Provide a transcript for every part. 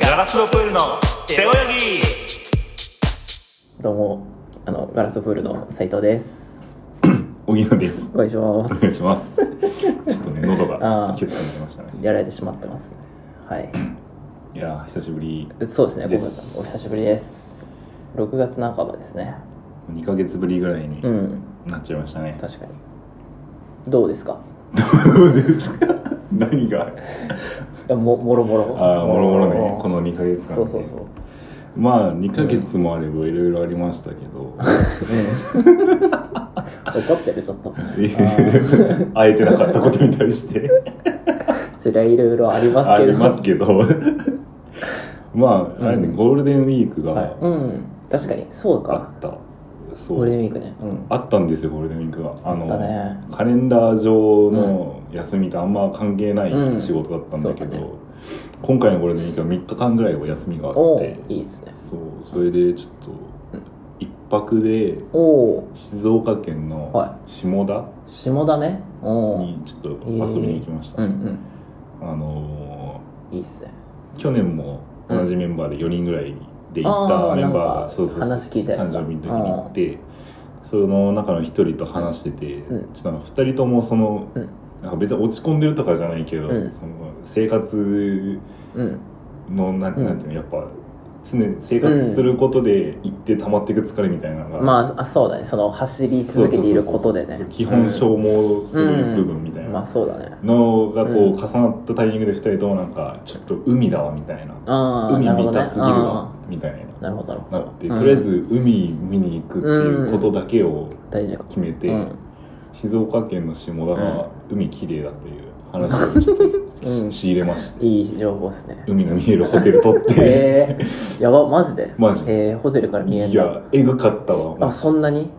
ガラスのプールの背泳ぎどうも、あの、ガラスプールの斉藤です。荻野です。お願いしまおす。願 いします。ちょっとね、喉あがーキュッとなりましたね。やられてしまってます。はい。いやー、久しぶり。そうですね、ですごめんなさいお久しぶりです。6月半ばですね。 2ヶ月ぶりぐらいにうん、なっちゃいましたね。確かに。どうですかどうですか何がいやももろもろ。ああ、もろもろね、この2ヶ月間、ね。そうそうそう。まあ、2ヶ月もあればいろいろありましたけど、怒ってる、ちょっと。 会えてなかったことに対して、そりゃいろいろありますあけりど。ますけど、 まあ、あれね、うんゴールデンウィークはいうがん、確かに、そうあか。った。そうゴールデンウィークね。うん。あったんですよゴールデンウィークがあのあったねカレンダー上の休みとあんま関係ないうん仕事だったんだけど、そうだね今回のゴールデンウィークは3日間ぐらいお休みがあっおてーいいですね。そうそれでちょっうんと一泊でおー静岡県のは下田下田ね。おーにちょっと遊びに行きましうた、んあのうん。いいっすね。ー去年も同じメンバーで4人ぐらいで行あったーメなんンバーがかそうそうそう話聞いたやつだ誕生日の時に行ってその中の1人と話してて、うんちょっとなんか2人ともそのうんなんか別に落ち込んでるとかじゃないけうど、んその生活うん。のな,、うんん、なんていうのやっぱ常に生活することで行って溜まっていく疲れみたいなのが、まああそうだねその走り続けていることでねそうそうそうそう基本消耗する部分みたういんまあなそうだねのがうこう重なったタイミングで2人ともなんかちょっと海だわみたいな、ああ海なるほど見ねたすぎるわあみたいな。ーなるほどなるほなどって、うんとりあえず海見に行くっていうことだけを大事か決めて、うん静岡県の下田うんが海きれいだという話をちょっと、 うん仕入れましていい情報です ね海の見えるホテル取って、 えー、やばマジでマジえー、ホテルから見えいるやえぐかったわあそんなに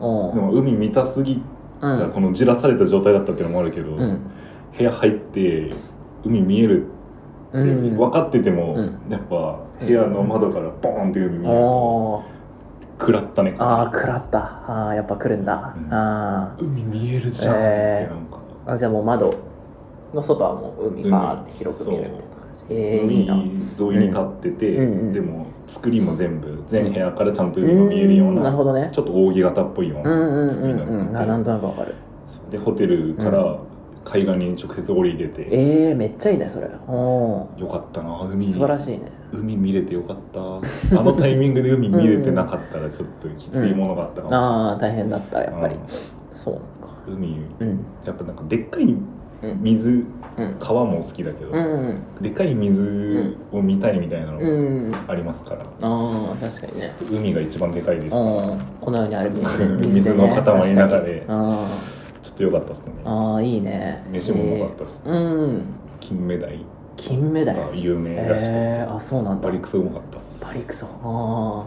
うんでも海見たすぎうた、んこのじらされた状態だったっていうのもあるけど、うん部屋入って海見えるってうん分かってても、うやっぱ部屋の窓からボーンって海見えるとおー食らったねああ食らったあーやっぱ来るんだ、うんあ海見えるじゃんってえーなんか、ーあじゃあもう窓の外はもう海バーって広く見えるみたいな感じえー、海いいな沿いに立ってて、うんうんでも作りも全部全部屋からちゃんと海が見えるようーんな,、なるほどねちょっと扇形っぽいよううんうんうな作りにんなってうて、んあなんとなくわかるでホテルかうら海岸に直接降りれて、えー、めっちゃいいねそれおよかったなー海素晴らしいね海見れてよかったあのタイミングで海見れてなかったらちょっときついものがあったかもしれない、ああ大変だったやっぱりうんそうなのか海うんやっぱなんかでっかいうん水うん川も好きだけど、うんでっかい水を見たいみたいなうのんうんありますから、ああ確かにね海が一番でかいですから、うんこのようにある水ね水の塊の中で確かにあちょっと良かったですねーあーいいね飯もうまかったし、えーうん金目鯛金目鯛が有名らしくて、えー、あそうなんだバリクソうまかったっすバリクソあ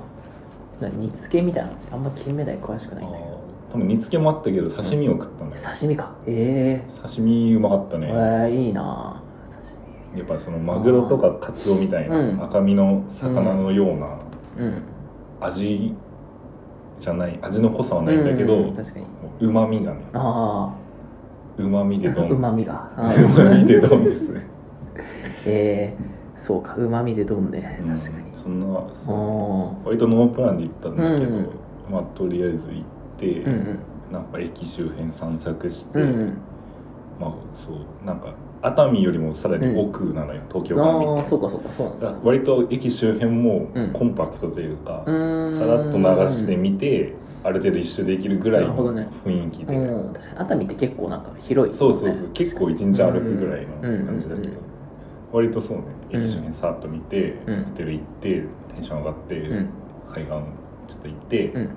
あな煮付けみたいな感じあんま金目鯛詳しくないんだけどあー多分煮付けもあったけど刺身を食ったんだけど、刺身かええ刺身うまかったね、えー、いいな刺やっぱそのマグロとかカツオみたいな、うん赤身の魚のような身うん味じゃない味の濃さはないんだけうど確かにうまみがねあうまみであ どんう うままみがみでどんですねえー、そうかうまみでどんねう ん確かに、そんなうそん、う割とノープランで行ったんだけど、うんまあとりあえず行って、うんうんなんか駅周辺散策して、うんうんまあそうなんか熱海よりもさらに奥なのよ、東京から見ああてそうかそうかそうなんだだから割と駅周辺もうんコンパクトというか、うーんさらっと流してみてある程度一周できるぐらいなるほどのね雰囲気で、うん確かに熱海って結構なんか広い、そうそうそう結構一日歩くぐらいの感じだうんけど、うんうんうん割とそうねうん駅周辺さっと見て、うんホテル行ってテンション上がって、うん海岸ちょっと行って、うん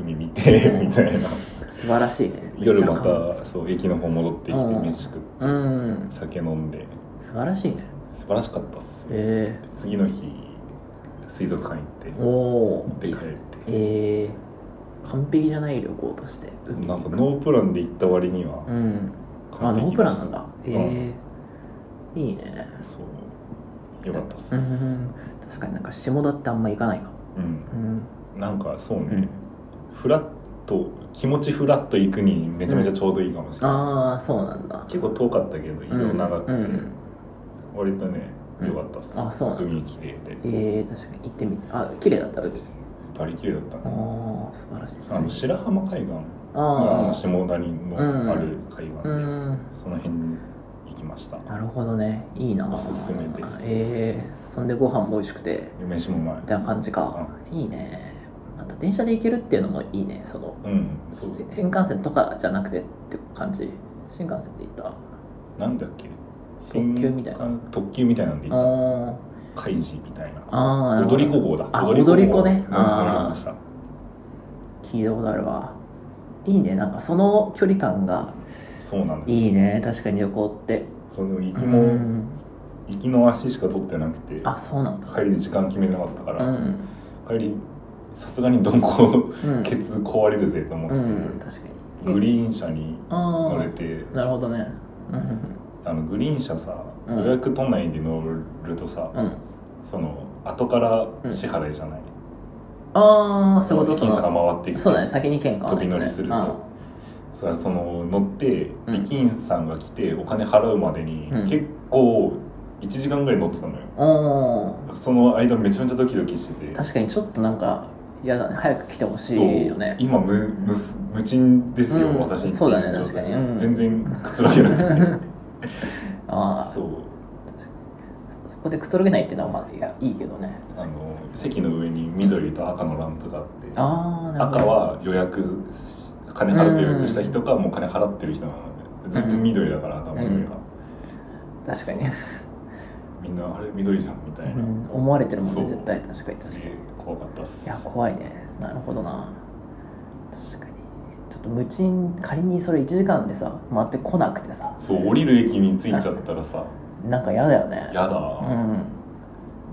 海見て、うんみたいな素晴らしいね夜めまっちゃたそう駅の方戻ってきてうん飯食って、うん酒飲んで素晴らしいね素晴らしかったっすねえ次の日水族館行ってえー、おおで帰ってええー、完璧じゃない旅行としてなんかノープランで行った割にはうんあ完ノー璧プでランしなたんだうへんえいいねそうよかったっすう、ん確かになんか下田ってあんま行かないかもうんうんなんかそうね、うんフラット気持ちフラット行くにめちゃめちゃちょうどいいかもしれない、ああそうなんだ結構遠かったけど移動長くて、うんうん割とねうん良かったっす、あそうなんだ海綺麗でえー、確かに行ってみてあ綺麗だった海バリ綺麗だったねああ素晴らしいですあのね白浜海岸ああのー下谷のある海岸で、うんその辺に行きましたなるほどねいいなおすすめですええそんでご飯も美味しくて飯もうまいみたいな感じか、いいねまた電車で行けるっていうのもいいねそのうんそう新幹線とかじゃなくてって感じ新幹線で行ったなんだっけ特急みたいな新幹特急みたいなんで行あったカイジみたいなーあーなるほ踊どり子号だあ号踊り子ねうんあー乗りました聞いたことあるわいいねなんかその距離感がそうなんですいいね確かに旅行ってそれでも行きうもん行きの足しか取ってなくてあそうなんだ帰りで時間決めなかったかうら、ん帰りさすがに鈍行うんケツ壊れるぜと思っうて、ん確かにグリーン車にあ乗れあてなるほどねうんあのグリーン車さ、うん予約都内で乗るとさ、うんうんその後から支払いじゃない、ああそういうこと駅員さんがそ回ってきうてそうだね先に喧嘩は飛び乗りするとそしたらその乗ってうん駅員さんが来てお金払うまでにうん結構1時間ぐらい乗ってたのよ、うんおーその間めちゃめちゃドキドキしてて確かにちょっとなんか嫌だね早く来てほしいよねそう今無無無賃ですよ、うん私そうだね確かにうん全然くつろげなくて ああそうそこでくつろげないっていうのはまあいやいいけどねあの席の上に緑と赤のランプがあってああなるほど赤は予約し金払って予約した人かもう金払ってる人なので全部緑だから頭の上が、確かに、みんなあれ緑じゃんみたいな、うん、思われてるもんねそう絶対確かに確すかげにえ怖かったっすいや怖いねなるほどな確かにちょっと無賃仮にそれ1時間でさ回ってこなくてさそう降りる駅に着いちゃったらさなんか嫌だよねやだ、うん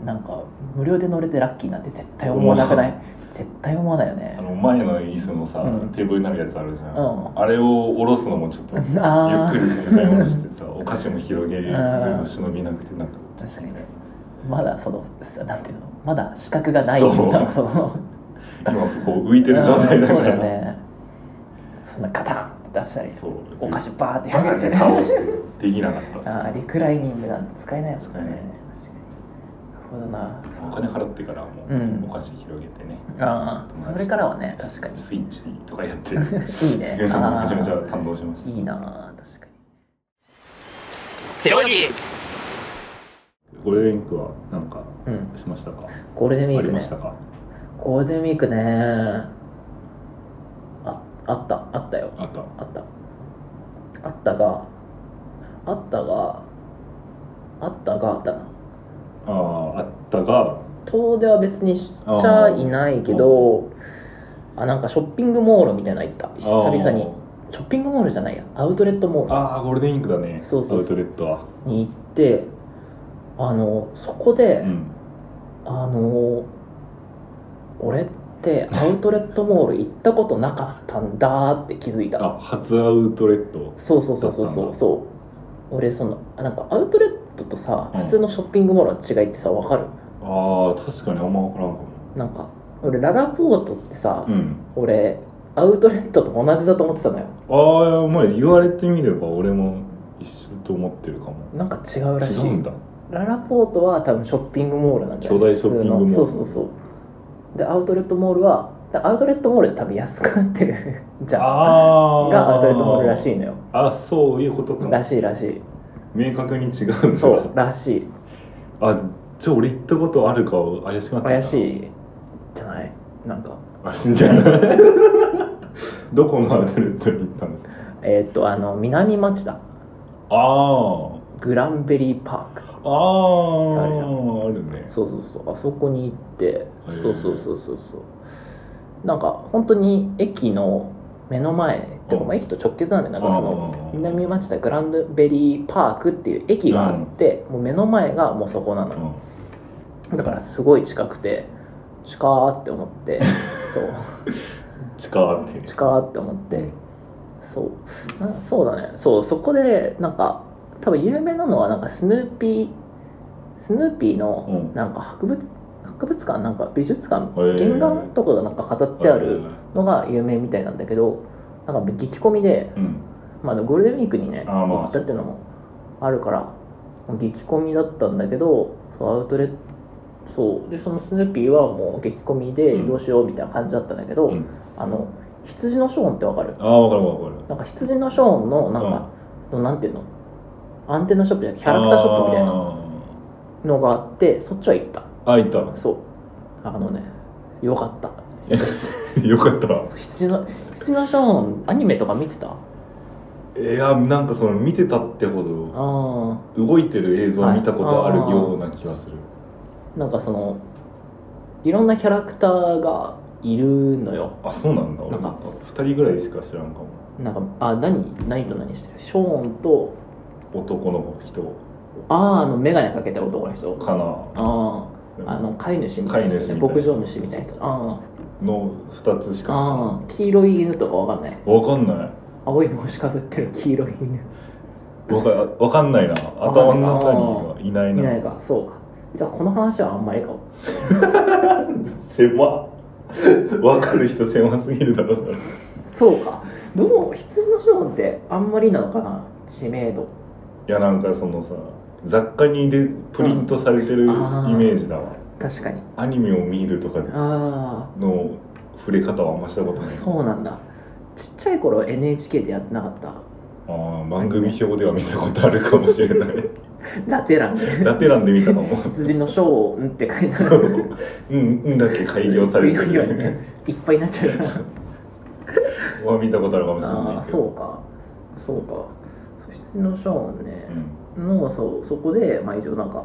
なんか無料で乗れてラッキーなんて絶対思わなくない絶対思わないよねあの前の椅子のさ、うんテーブルになるやつあるじゃん、うんあれを下ろすのもちょっとゆっく りあー買い物してさお菓子も広げるあー忍びなくてなんか確かにねまだそのさなんていうのまだ資格がないそうみたいなその今こう浮いてる状態だうんそかうだらよねそんなガタンって出したりそうお菓子バーってバー広っげてて倒してできなかったっすああリクライニングなんて使えないもんね使えない確かになるほおど金な払ってからもうんうお菓子広げてね、ああそれからはね確かにスイッチとか やっていいねめちああゃめちゃ感動しましたいいなあ確かに背泳ぎゴールデンウィークはなんかうんしましたか、ゴールデンウィあーりクまねしたかゴールデンウィークねああったあったよあったあったあったがあったがあったがあったなあああったが遠出は別にしちゃいないけどあなんかショッピングモールみたいなの行った久々にショッピングモールじゃないやアウトレットモールあーあーゴールデンウィークだねそうそうそうアウトレットはに行ってあのそこで、うんあの俺ってアウトレットモール行ったことなかったんだって気づいたあ初アウトレットそうそうそうそうだったそんうだそう俺そのあなんかアウトレットとさうん普通のショッピングモールの違いってさ分かるああ確かにあんま分からんかもなんか俺ララポートってさ、うん俺アウトレットと同じだと思ってたのよああお前言われてみれば俺も一緒と思ってるかもなんか違うらしい違うんだララポートは多分ショッピングモールなんじゃない巨大ショッピングモール普通のそうそうそうでアウトレットモールはでアウトレットモールって多分安くなってる じゃんああがアウトレットモールらしいのよあそういうことからしいらし明確に違うんいだそうらしいあじゃあ俺行ったことあるか怪しくなってきた怪しいじゃないなんか怪しいんじゃない どこのアウトレットに行ったんですかえーっ、とあの南町田ああグランベリーパークあああるねそうそうそうあそこに行ってーそうそうそうそうそうなんか本当に駅の目の前ってかうんまあ駅と直結なんでなんかそのうん南町田グランドベリーパークっていう駅があってもう目の前がもうそこなうのんだからすごい近くて近ーって思って そう近あってね近ーって思ってそうなそうだねそうそこでなんか多分有名なのはなんかスヌーピースヌーピーのうんなんか博物博物館なんか美術館へ原ー画とかがなんか飾ってあるのが有名みたいなんだけどなんか激込みで、うんまあ、ゴールデンウィークにねあーまあ行ったっていうのもあるから激コミだったんだけどそうアウトレットそうでそのスヌーピーはもう激コミでうんどうしようみたいな感じだったんだけど、うんあの羊のショーンってわかるああ分かる分かるなんか羊のショーンのなんか、そのなんていうのアンテナショップじゃなくてキャラクターショップみたいなのがあってそっちは行ったああいた そうあのねよか ったよかったそう羊の羊のショーンアニメとか見てたあいやなんかその見てたってほどあ動いてる映像を見たことあるはいような気がするなんかそのいろんなキャラクターがいるのよあそうなんだ俺なんなんかか2人ぐらいしか知らんかもなんかあ何何と何してるショーンと男の人あああの眼鏡かけた男の人かなあああの飼い主みたいな人、ね、飼い主みたいな牧場主みたいな人あの2つしあか知らんああ黄色い犬とかわかんないわかんない青い帽子かぶってる黄色い犬わかわかんないな頭の中にはいないいなないかそうかじゃあこの話はあんまりかも狭っわかる人狭すぎるだろそれそうかどう羊のショーンってあんまりなのかな知名度いやなんかそのさ雑貨にでプリントされてるイメージだわ、確かにアニメを見るとかあの触れ方はあんましたことあないそうなんだちっちゃい頃 NHK でやってなかったあー番組表では見たことあるかもしれない ラテランでラテランで見た のも羊のショーンって書いてそあるううんうんだけ改良されて強いよる、ねいっぱいになっちゃうからは見たことあるかもしれあなあいけどそうかそうかそう羊のショーンねう、んのそうそこでまあ一応なんか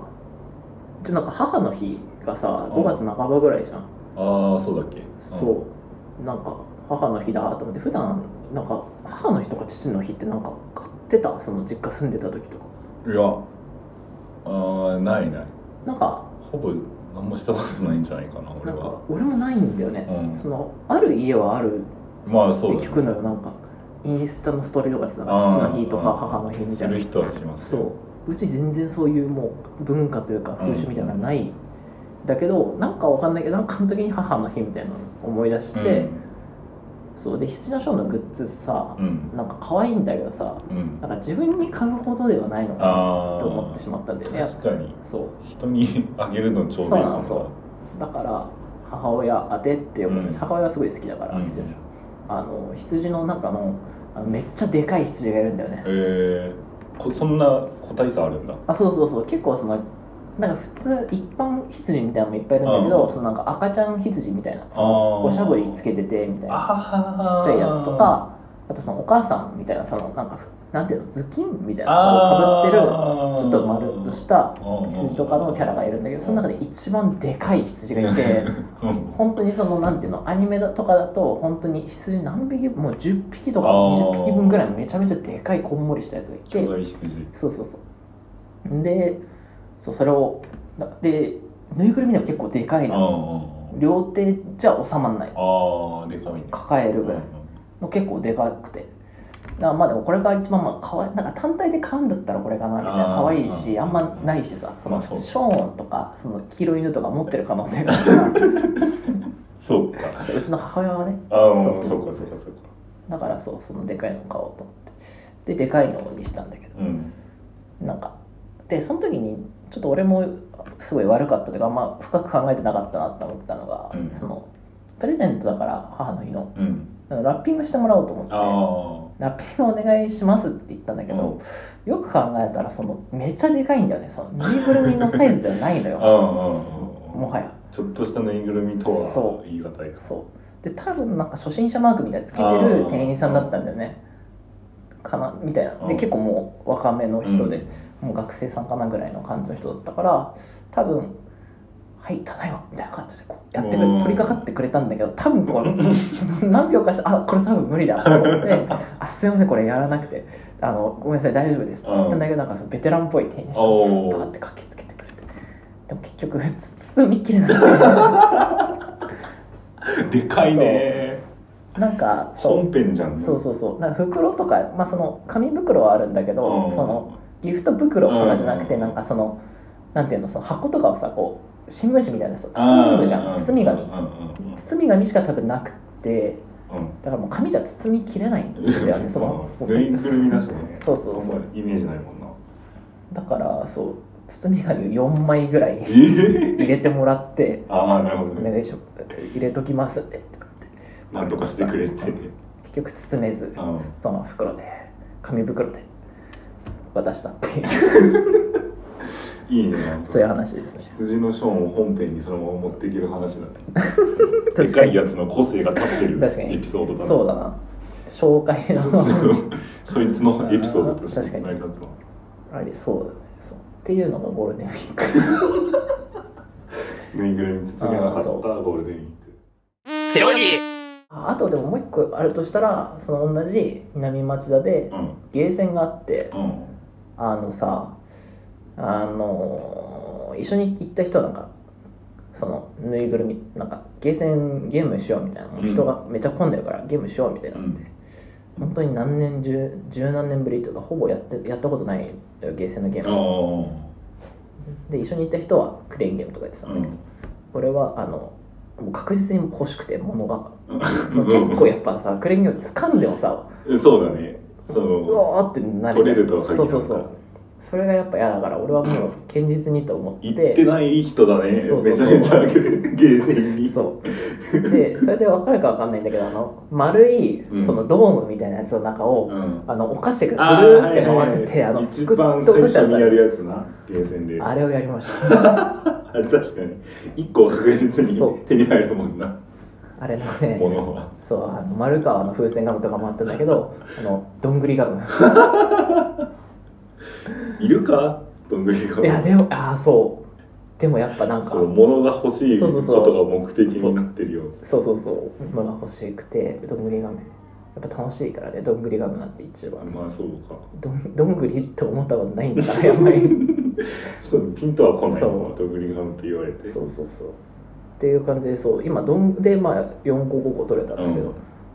一応なんか母の日がさ5月半ばぐらいじゃんああそうだっけそうなんか母の日だと思って普段なんか母の日とか父の日ってなんか買ってたその実家住んでた時とかうんいやあーないないなんかほぼ何もしたことないんじゃないかな俺なんはか俺もないんだよね、うんそのある家はあるっまあてそうだね聞くのよなんかインスタのストーリーとかでさなんあかー父の日とか母の日みたいなする人はしますよそううち全然そういうもう文化というか風習みたいなのがない、だけどなんかわかんないけどなんかの時に母の日みたいなのを思い出して、そうで羊のショーのグッズさう、んなんか可愛いんだけどさうん、うんなんか自分に買うほどではないのかあなあと思ってしまったんだよね確かにそう人にあげるのちょうどいいかもそうなのだから母親当てって思って、うん母親はすごい好きだから、うん羊のあの羊の中のあのめっちゃでかい羊がいるんだよね、えー、こそんな個体差あるんだあそうそうそう結構そのなんか普通一般羊みたいなのもいっぱいいるんだけど、うんそのなんか赤ちゃん羊みたいなそあのーおしゃぶりつけててみたいなちあっちゃいやつとかあとそのお母さんみたいなそのなんかなんていうの頭巾みたいなのをかぶってるちょっと丸っとした羊とかのキャラがいるんだけどその中で一番でかい羊がい て本当にそのなんていうのアニメだとかだと本当に羊何匹もう10匹とかあー20匹分ぐらいめちゃめちゃでかいこんもりしたやつがいて巨大羊そうそうそうでそうそれをなでぬいぐるみでも結構でかいうんのうんうん両手じゃ収まんないああでかいね抱えるぐらいうんもう結構でかくてだからまあでもこれが一番まあかわいなんか単体で買うんだったらこれかなみたいなあー可愛いしあんまないしさそまのあシそうョーンとかその黄色い犬とか持ってる可能性があるからそうかそううちの母親はねああそうそそううかそそううかそうかそうかだからそうそのでかいのを買おうと思ってででかいのにしたんだけどうんなんかでその時にちょっと俺もすごい悪かったというかあんま深く考えてなかったなって思ったのが、うんそのプレゼントだから母の日のうんラッピングしてもらおうと思ってああラッピングお願いしますって言ったんだけど、よく考えたらそのめちゃでかいんだよねそのぬいぐるみのサイズではないの よももはやちょっとしたぬいぐるみとそは言い難いかそうで多分なんか初心者マークみたいなつけてる店員さんだったんだよねかなみたいなでうん結構もう若めの人で、うんもう学生さんかなぐらいの感じの人だったから多分「はいただいま」みたいな感じでこうやってくれうん取り掛かってくれたんだけど多分これ 何秒かして「あこれ多分無理だ」と思 って「あすいませんこれやらなくてあのごめんなさい大丈夫です」って言ったんだけどなんかそのベテランっぽい店員さんおパーっおて駆けつけてくれてでも結局つ包みきれな くでかいねてなんかそう本編じゃんそうそうそうなんか袋とか、まあ、その紙袋はあるんだけど、うんそのギフト袋とかじゃなくて、うんなんかそのなんていうのその箱とかをさこう新聞紙みたいなやつあ包ーむじゃん包み紙うんうん包み紙しか多分なくてうんうんだからもう紙じゃ包みきれないんだよねそのうんぬいぐるみだしねそうそうそうあんまりイメージないもんなだからかそう包み紙を4枚ぐらいえ入れてもらってああなるほ「おどね願いします入れときますね」とかってなんとかしてくれって結局包めずあその袋で紙袋で渡したっていういいねなんかそういう話ですね羊のショーンを本編にそのまま持っていける話だねで確かかにいやつの個性が立ってる確かにエピソードだそうだだな紹介の そいつのエピソードとして確かに成り立つわあれそうだねそうっていうのがゴールデンウィークぬいぐるみ包めなかったゴールデンウィークセオリーあとでももう一個あるとしたらその同じ南町田でうんゲーセンがあってうんあのさあの一緒に行った人なんかそのぬいぐるみなんかゲーセンゲームしようみたいなうん人がめっちゃ混んでるからゲームしようみたいになって、本当に何年十十何年ぶりとかほぼやってやったことないゲーセンのゲームで一緒に行った人はクレーンゲームとかやってたんだけど、俺はあのもう確実に欲しくて物 がそう結構やっぱさクレーンゲーム掴んでもさうんそうだねそうのわーってなる取れるとは限そらうそないうそうそれがやっぱ嫌だから俺はもう堅実にと思って行ってない人だねそうそうそうめちゃめちゃゲーセンにそうでそれで分かるか分かんないんだけどあの丸いうんそのドームみたいなやつの中を、うんあのお菓子があぐるーって回ってて、はいはいはいあの一グ番ッと落最とし初たにやるややつなゲーセンでつああれれをやりました確かに一個は確実そにう手に入るもんなあれのねものはそうあの丸川の風船ガムとかもあったんだけ どあのどんぐりガムいるかどんぐりがいやでもああそうでもやっぱなんかそう物が欲しいそうそこうそうとが目的になってるよそうそうそう物が欲しくてどんぐりガムやっぱ楽しいからねどんぐりガムなんて一番まあそうかどんどんぐりって思ったことないんだ からやっぱりそうピンとは来ないそのどんぐりガムと言われてそうそうそうっていう感じでそう今どんでまあ4個5個取れたんだけど、うん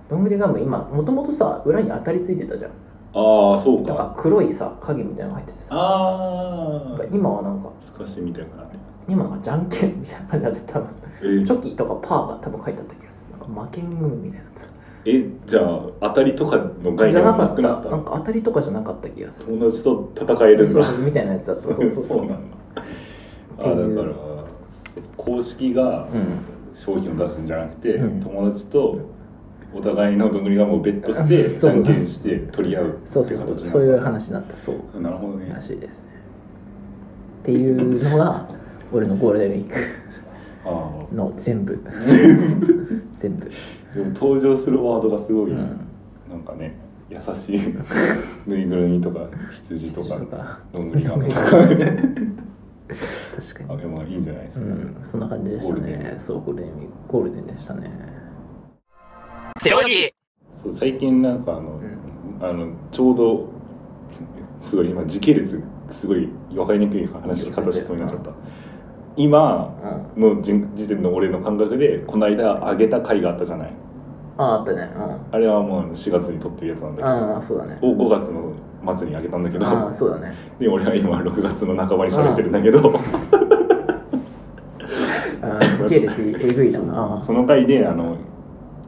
どんぐりガム今もともとさ裏に当たりついてたじゃんああそうなんかか黒いさ影みたいなのが入っててさああ今はなんか少しみたいかな今のがじゃんけんみたいな感じだった多分えーチョキとかパーが多分書いてあった気がするなんか負けん組みたいなやつえじゃあ当たりとかの概じゃな念がかなったくななったんか当たりとかじゃなかった気がする友達と戦えるんだそうみたいなやつだったそうそうそうそうなんだあっていうだから公式がうん商品を出すんじゃなくて、うん友達とお互いのどんぐりガムをベットしてじそうゃそうんけんして取り合うってそう形そうになそうるそういう話になったそうなるほどねらしいですねっていうのが俺のゴールデンウィークああの全部全部でも登場するワードがすごい、うんなんかね優 しいぬいぐるみとか羊と羊とかかどんぐり ガムとか確かあにでもいいんじゃないですうか、んそんな感じでしたゴールデねそうゴールデンウィークゴールデンでしたねセオリーそう最近なんかあの、んあのちょうどすごい今時系列すごい分かりにくい話し方しそうになっちゃった今うんの時時点の俺の感覚でこの間あげた回があったじゃないああったねあれはもうあの4月に撮ってるやつなんうんだああそうだねけど5月の末にあげたんだけどああそうだねで俺は今6月の半ばに喋ってるんだけどああ時系列えぐいなああその回であの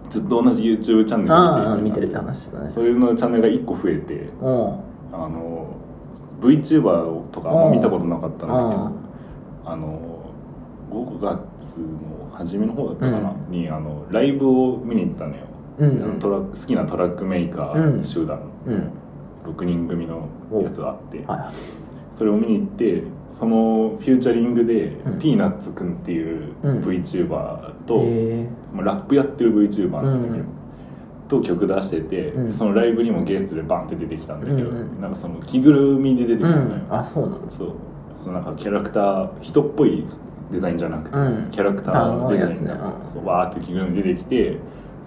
ずっと同じ YouTube チャンネルああ見見ててるるって話だねそれのチャンネルが1個増えてうんあの VTuber とかあんま見たことなかったんだけどああの5月の初めの方だったかな、うにあのライブを見に行ったのよ、うんであのトラ好きなトラックメーカうんー集団、うん6人組のやつがあってはそれを見に行ってそのフューチャリングで、うんピーナッツくんっていううん VTuber いと、へえまあラップやってる VTuber なんだけど、うんと曲出してて、うんそのライブにもゲストでバンって出てきたんだけど、うんうんなんかその着ぐるみで出てくうるのよ、んあそうなんだそうそのなんかキャラクター人っぽいデザインじゃなくて、うんキャラクターデあのザインがやつねうんそうわーって着ぐるみ出てきて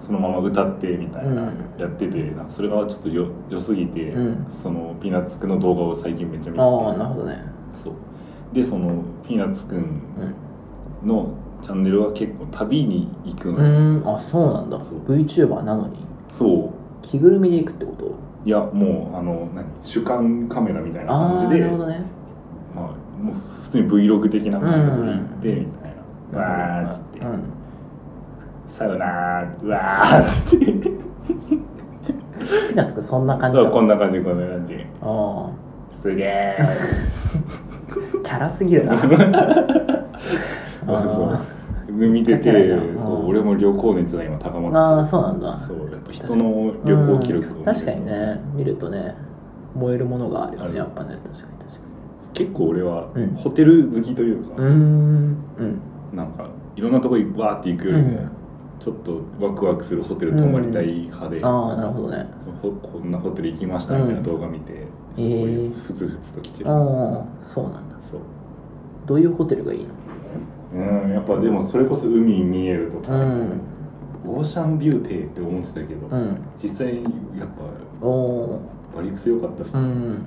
そのまま歌ってみたいな、うんやっててなんかそれがちょっとよ良すぎて、うんそのピーナッツくんの動画を最近めっちゃ見ててああなるほどねそうでそのピーナッツくんうんのチャンネルは結構旅に行くの、うーんあそうなんだそう VTuber なのにそう着ぐるみで行くってこといやもうあの何主観カメラみたいなあ感あじなでるほどねまあ、もう普通に Vlog 的な感じで行ってみたいな、わーっつって、うんさよならうわー っつってピナスくんそんな感じそだうこんな感じこんな感じあすげーャラすぎ るなあ そう見ててめっちゃ嫌いだなそう俺も旅行熱が今高まあっあてそうなんだそうやっぱ人の旅行記録を見うんると確かにね見るとね燃えるものがあるよあるねやっぱね確かに確かに結構俺はうんホテル好きというか、うーんうんなんかいろんなとこにわーって行くよりも、ちょっとワクワクするホテル泊まりたい派で、ああなるほどねほこんなホテル行きましたみたいな動画見て、うんえーふつふつと来てる、ああそうなんだそうどういうホテルがいいのうんやっぱでもそれこそ海見えるとうか、んオーシャンビューテーって思ってたけど、うん実際やっおおぱバリクス良かったし、うん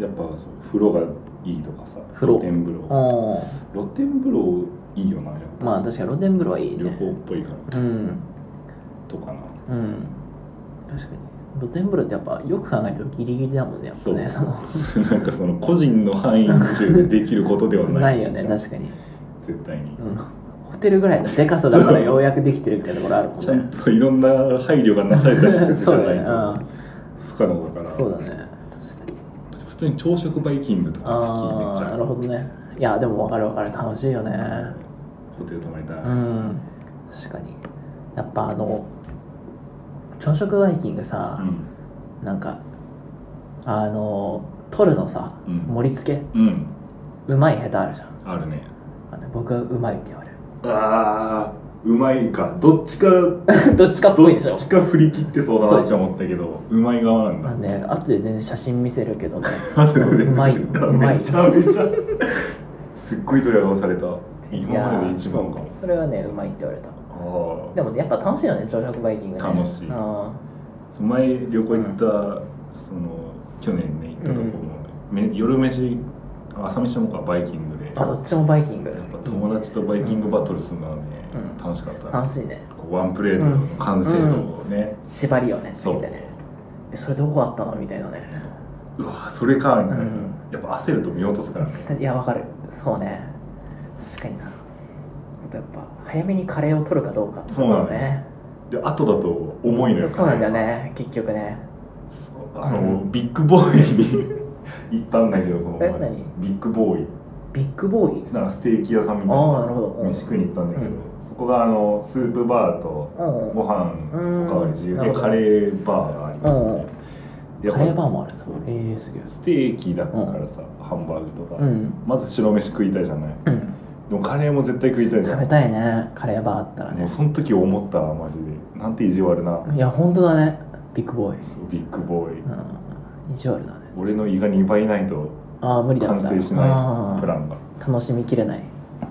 やっぱそう風呂がいいとかさ風呂露天風お呂お露天風呂いいよなやっぱ、まあ確かに露天風呂はいい旅ね行っぽいからうんとかうなん確かに露天風呂ってやっぱよく考えるとギリギリだもんねやっぱねそそうの なんかその個人の範囲中でできることではなないいよね確かに、絶対に、うん、ホテルぐらいのでかさだからようやくできてるみたいなところあるもん ちゃんねといろんな配慮がなされた施設じ そゃうだなねいと不可能だうかんらそうだね確かに普通に朝食バイキングとか好あきめあっちなゃるほどねいやでも分かる分かる楽しいよねホテル泊まりたい、うん確かにやっぱあの朝食バイキングさ、なんかあのトルのさ、うん盛り付けうん、うん、うまい下手あるじゃんあるねあの僕はうまいって言われあーうまいかどっちかる どっちかっぽどいでしょっちか振り切ってそうだなって思ったけどうまい側なんまあだね後で全然写真見せるけどね後でうまいようまいめちゃめちゃすっごいドヤ顔されいたや今までーで一番かもそれはねうまいって言われたああでもねやっぱ楽しいよね朝食バイキングね楽しいあ前旅行行った、その去年ね行ったとこも、め夜飯朝飯もかバイキングでやっーあどっちもバイキングぱ友達とバイキングバトルするのはね、うん楽しかったね、楽しいねこうワンプレートの完成度をね、縛りよねそうついてねえそれどこあったのみたいなねうわーそれかみたいな、うんやっぱ焦ると見落とすからねいやわかるそうね確かになあとやっぱ早めにカレーを取るかどうかってところそうだねで後だと重いのよそうなんだよね結局ねそうあの、うんビッグボーイに 行ったんだけどこの前え何ビッグボーイビッグボーイなんかステーキ屋さんみたいああななるほどうん飯食いに行ったんだけど、うんそこがあのスープバーとうんご飯うんおかわり自由なでるほどカレーバーがありますねでやっカぱレーバーもあるそうえー、すげえステーキだからさ、ハンバーグとか、うんまず白飯食いたいじゃないうんでもカレーも絶対食いたいじゃ食んべたいねカレーバーあったらもうねその時思ったわマジでなんて意地悪な、いや本当だねビッグボーイそうビッグボーイ、うん意地悪だね俺の胃が2倍ないとああ無理だっ完た成しないプランがあー楽しみきれない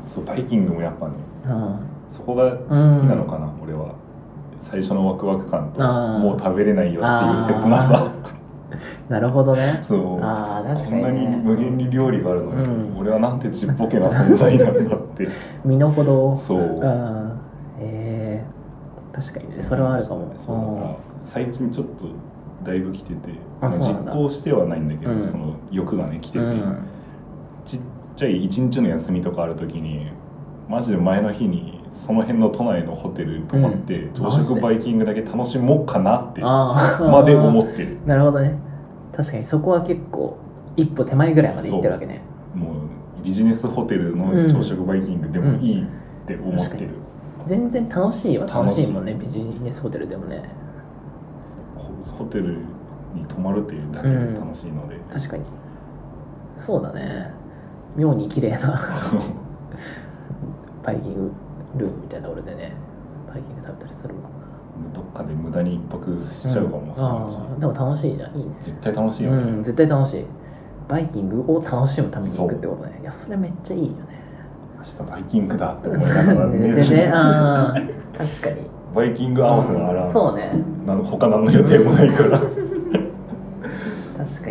そうバイキングもやっぱねうんそこが好きなのかな、俺は最初のワクワク感とあーもう食べれないよっていう切なさなるほどね そうああ確かこに、ね、んなに無限に料理があるのに、うん俺はなんてちっぽけな存在なんだって 身の程をそううんえー、確かにねそれはあるかもそうだから最近ちょっとだいぶ来ててあそう実なんだ行してはないんだけど、うんその欲がね来てて、うんちっちゃい一日の休みとかある時にマジで前の日にその辺の都内のホテル泊まって、うん朝食バイキングだけ楽しもうかなってあーまで思ってるなるほどね確かにそこは結構一歩手前ぐらいまで行ってるわけねもうビジネスホテルの朝食バイキングでもいいって思ってる、全然楽しいは楽しいもんね楽ビジネスホテルでもねホホテルに泊まるっていうだけで楽しいので、確かにそうだね妙に綺麗なそうバイキングルームみたいなところでねバイキング食べたりするもんなどっかで無駄に一泊しちゃうかも、んそのうちあーでも楽しいじゃんいいね絶対楽しいようね、ん絶対楽しいバイキングを楽しむために行くってことねいやそれめっちゃいいよね明日バイキングだって思いながら寝でる、 ねあー確かにバイキング合わせながら、そうねなん他何の予定もないから、確か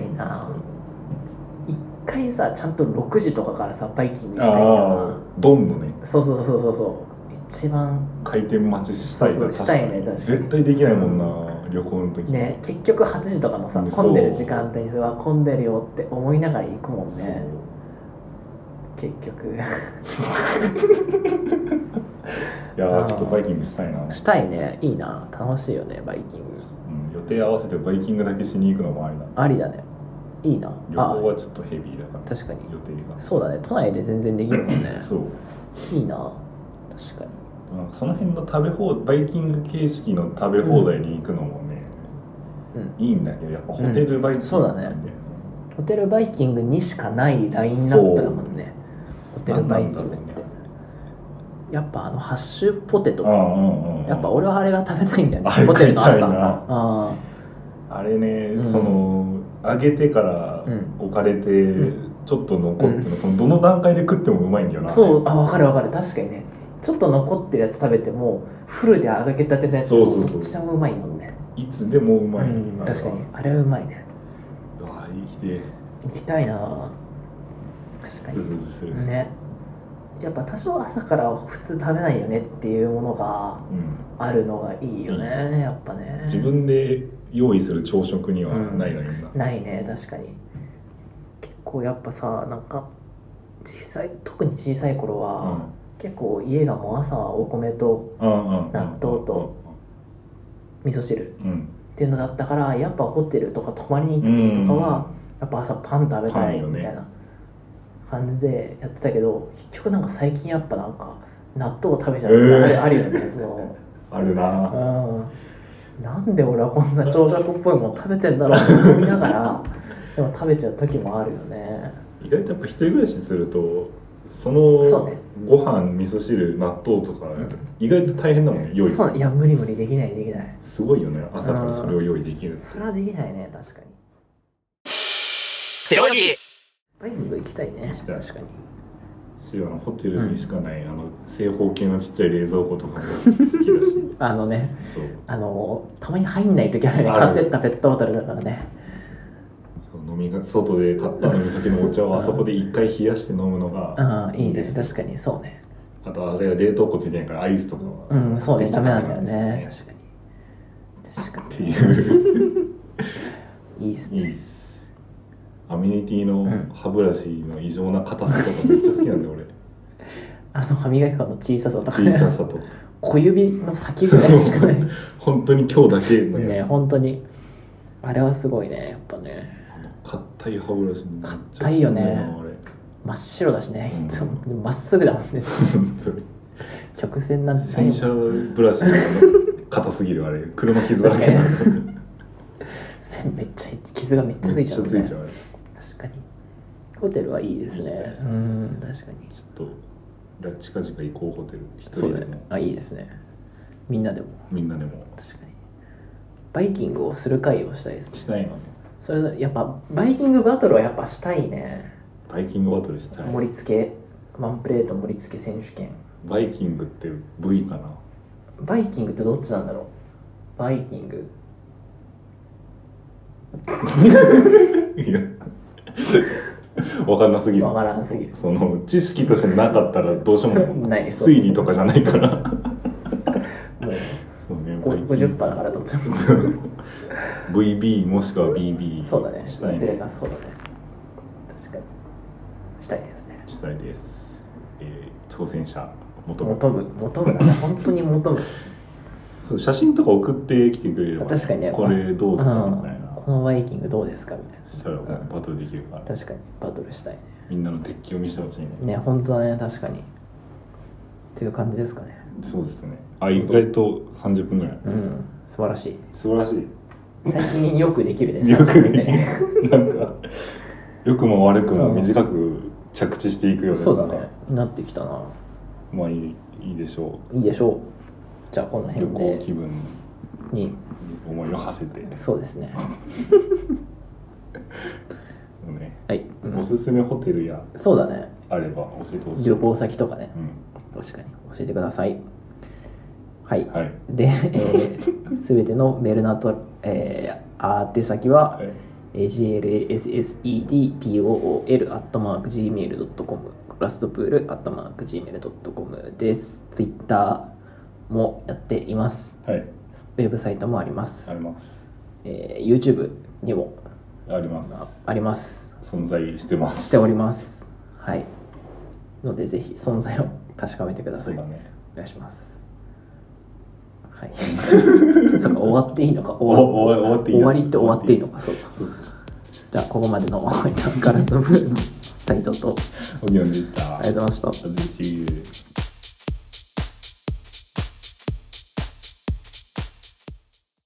にな一回さちゃんと6時とかからさバイキング行きたいんだよああドンのねなそうそうそうそうそう一番回転待ちしたいなそうそうしたいね確かに絶対できないもんな旅行の時ね結局8時とかのさうん混んでる時間帯は混んでるよって思いながら行くもんね結局そういやあーーちょっとバイキングしたいな、うしたいねいいな楽しいよねバイキングん、予定合わせてバイキングだけしに行くのもありだありだねいいな旅あ行はちょっとヘビーだから確かに予定がそうだね都内で全然できるもんねそういいな確かになんかその辺の食べ放バイキング形式の食べ放題に行くのもね、うんいいんだけどやっぱホテルバイキングなんだよ、うんホテルバイキングにしかないラインナップだもんねホテルバイキングっなんなんだてろやっぱあのハッシュポテトああうんうんやっぱ俺はあれが食べたいんだよあれねホテルの食い朝たいなああれね、うんその揚げてからうん置かれて、うちょっと残ってる、そのどの段階で食ってもうまいんだよあなそうあ分かる分かる確かにねちょっと残ってるやつ食べてもフルで揚げたてのやつそうそうそうどっちでもうまいもんねいつでもうまうい、んあれは確かにあれはうまいねうわ生きて行きたいな確かうずにうずするねやっぱ多少朝から普通食べないよねっていうものがうんあるのがいいよねやっぱね自分で用意する朝食にはないのよな、ないね確かに結構やっぱさなんか小さい特に小さい頃は、結構家がもう朝はお米とうんうんうん、納豆と味噌汁うん、うんっていうのだったからやっぱホテルとか泊まりに行った時とかは、やっぱ朝パン食べたいみたいな感じでやってたけど、結局なんか最近やっぱなんか納豆を食べちゃうみたいなあれえーあるよ ねそのあるな、うんなんで俺はこんな朝食っぽいもの食べてんだろうって思いながらでも食べちゃう時もあるよね意外とやっぱ一人暮らしするとそそうのねご飯味噌汁納豆とかん意外と大変だもんね用意すそういるや無理無理できないできないすごいよね朝からそれを用意できるってそれはできないね確かにセオリーバイキング行きたいね行きたい確かにシのホテルにしかない、あの正方形のちっちゃい冷蔵庫とかも好き だしあのねそうあのたまに入んない時あるねある買ってったペットボトルだからねそう飲みが外でたった飲みかけのお茶をあそこで一回冷やして飲むのがうんいいね確かにそうねあとあれは冷凍庫ついてないからアイスとかはうんそうねできダなメいなんだよねです確かに確かっていうにいいですいいっねすアメニティうんの歯ブラシの異常な硬さとかめっちゃ好きなん で俺あの歯磨き粉の小ささとか小ねささと小指の先ぐらいしかない 本当に今日だけのねやつ本当にあれはすごいねやっぱねあの硬い歯ブラシめっちゃ好き硬いよねな俺真っ白だしねうんいつもまっすぐだもんね本当に直線なんてない洗車ブラシの硬すぎるあれ車傷だらけなの線めっちゃ傷がめっちゃつめっいちちゃゃう、ね、ついちゃうあれ確かにホテルはいいですねいいですうん確かにちょっと近々行こうホテル一そう人だでねもあいいですねみんなでもみんなでも確かにバイキングをする会をしたいですねしたいのねそれやっぱバイキングバトルはやっぱしたいねバイキングバトルしたい盛り付けワンプレート盛り付け選手権バイキングって V かなバイキングってどっちなんだろうバイキングいや、わかんなすぎる。わからんすぎるその、知識としてなかったらどうしようもないそう推理とかじゃないから。もうそうね、ご50%だからどっちも VB もしくは BB そうだねしたい失礼ねがそうだね確かにしたいですねしたいです。えー挑戦者、求む。求む求むだね本当に求 むそう写真とか送ってきてくれれば、確かにねこれどうすかみたいうんな。このバイキングどうですかみたいなそしたらもうバトルできるから、確かにバトルしたいねみんなの鉄器を見せてほしいね。ね本当だね確かにっていう感じですかねそうですね。あ、意外と30分ぐらい。うん素晴らしい素晴らしい。最近 よくできるねよくねね、なんか、良くも悪くも短く着地していくような、そうだねなってきたなまあいいいいでしょいいでしょうじゃあこのう、旅辺行気で分にに思いを馳せて、そうですねねはい、うんおすすめホテルやそうだねあれば教えてほしい。旅行先とかねうん、確かに教えてくださいはいはい。で、えー、 全てのメールのと、えー、宛先ははい glassedpool.gmail.com ラストプール .gmail.com です。ツイッターもやっています。はい、ウェブサイトもありまあす。ります。えー YouTube にもあります。ああります。存在してます。しております。はい。ので、ぜひ存在を確かめてくださそい。うだおね。願いします。はい。 そうか、終わっていいのか。おお終わっていい終わりって終わっていいのか。そうか。そうそうじじゃあここまでのガラスのブルーの斉藤とおぎょんでした。ありがとうございましたあずき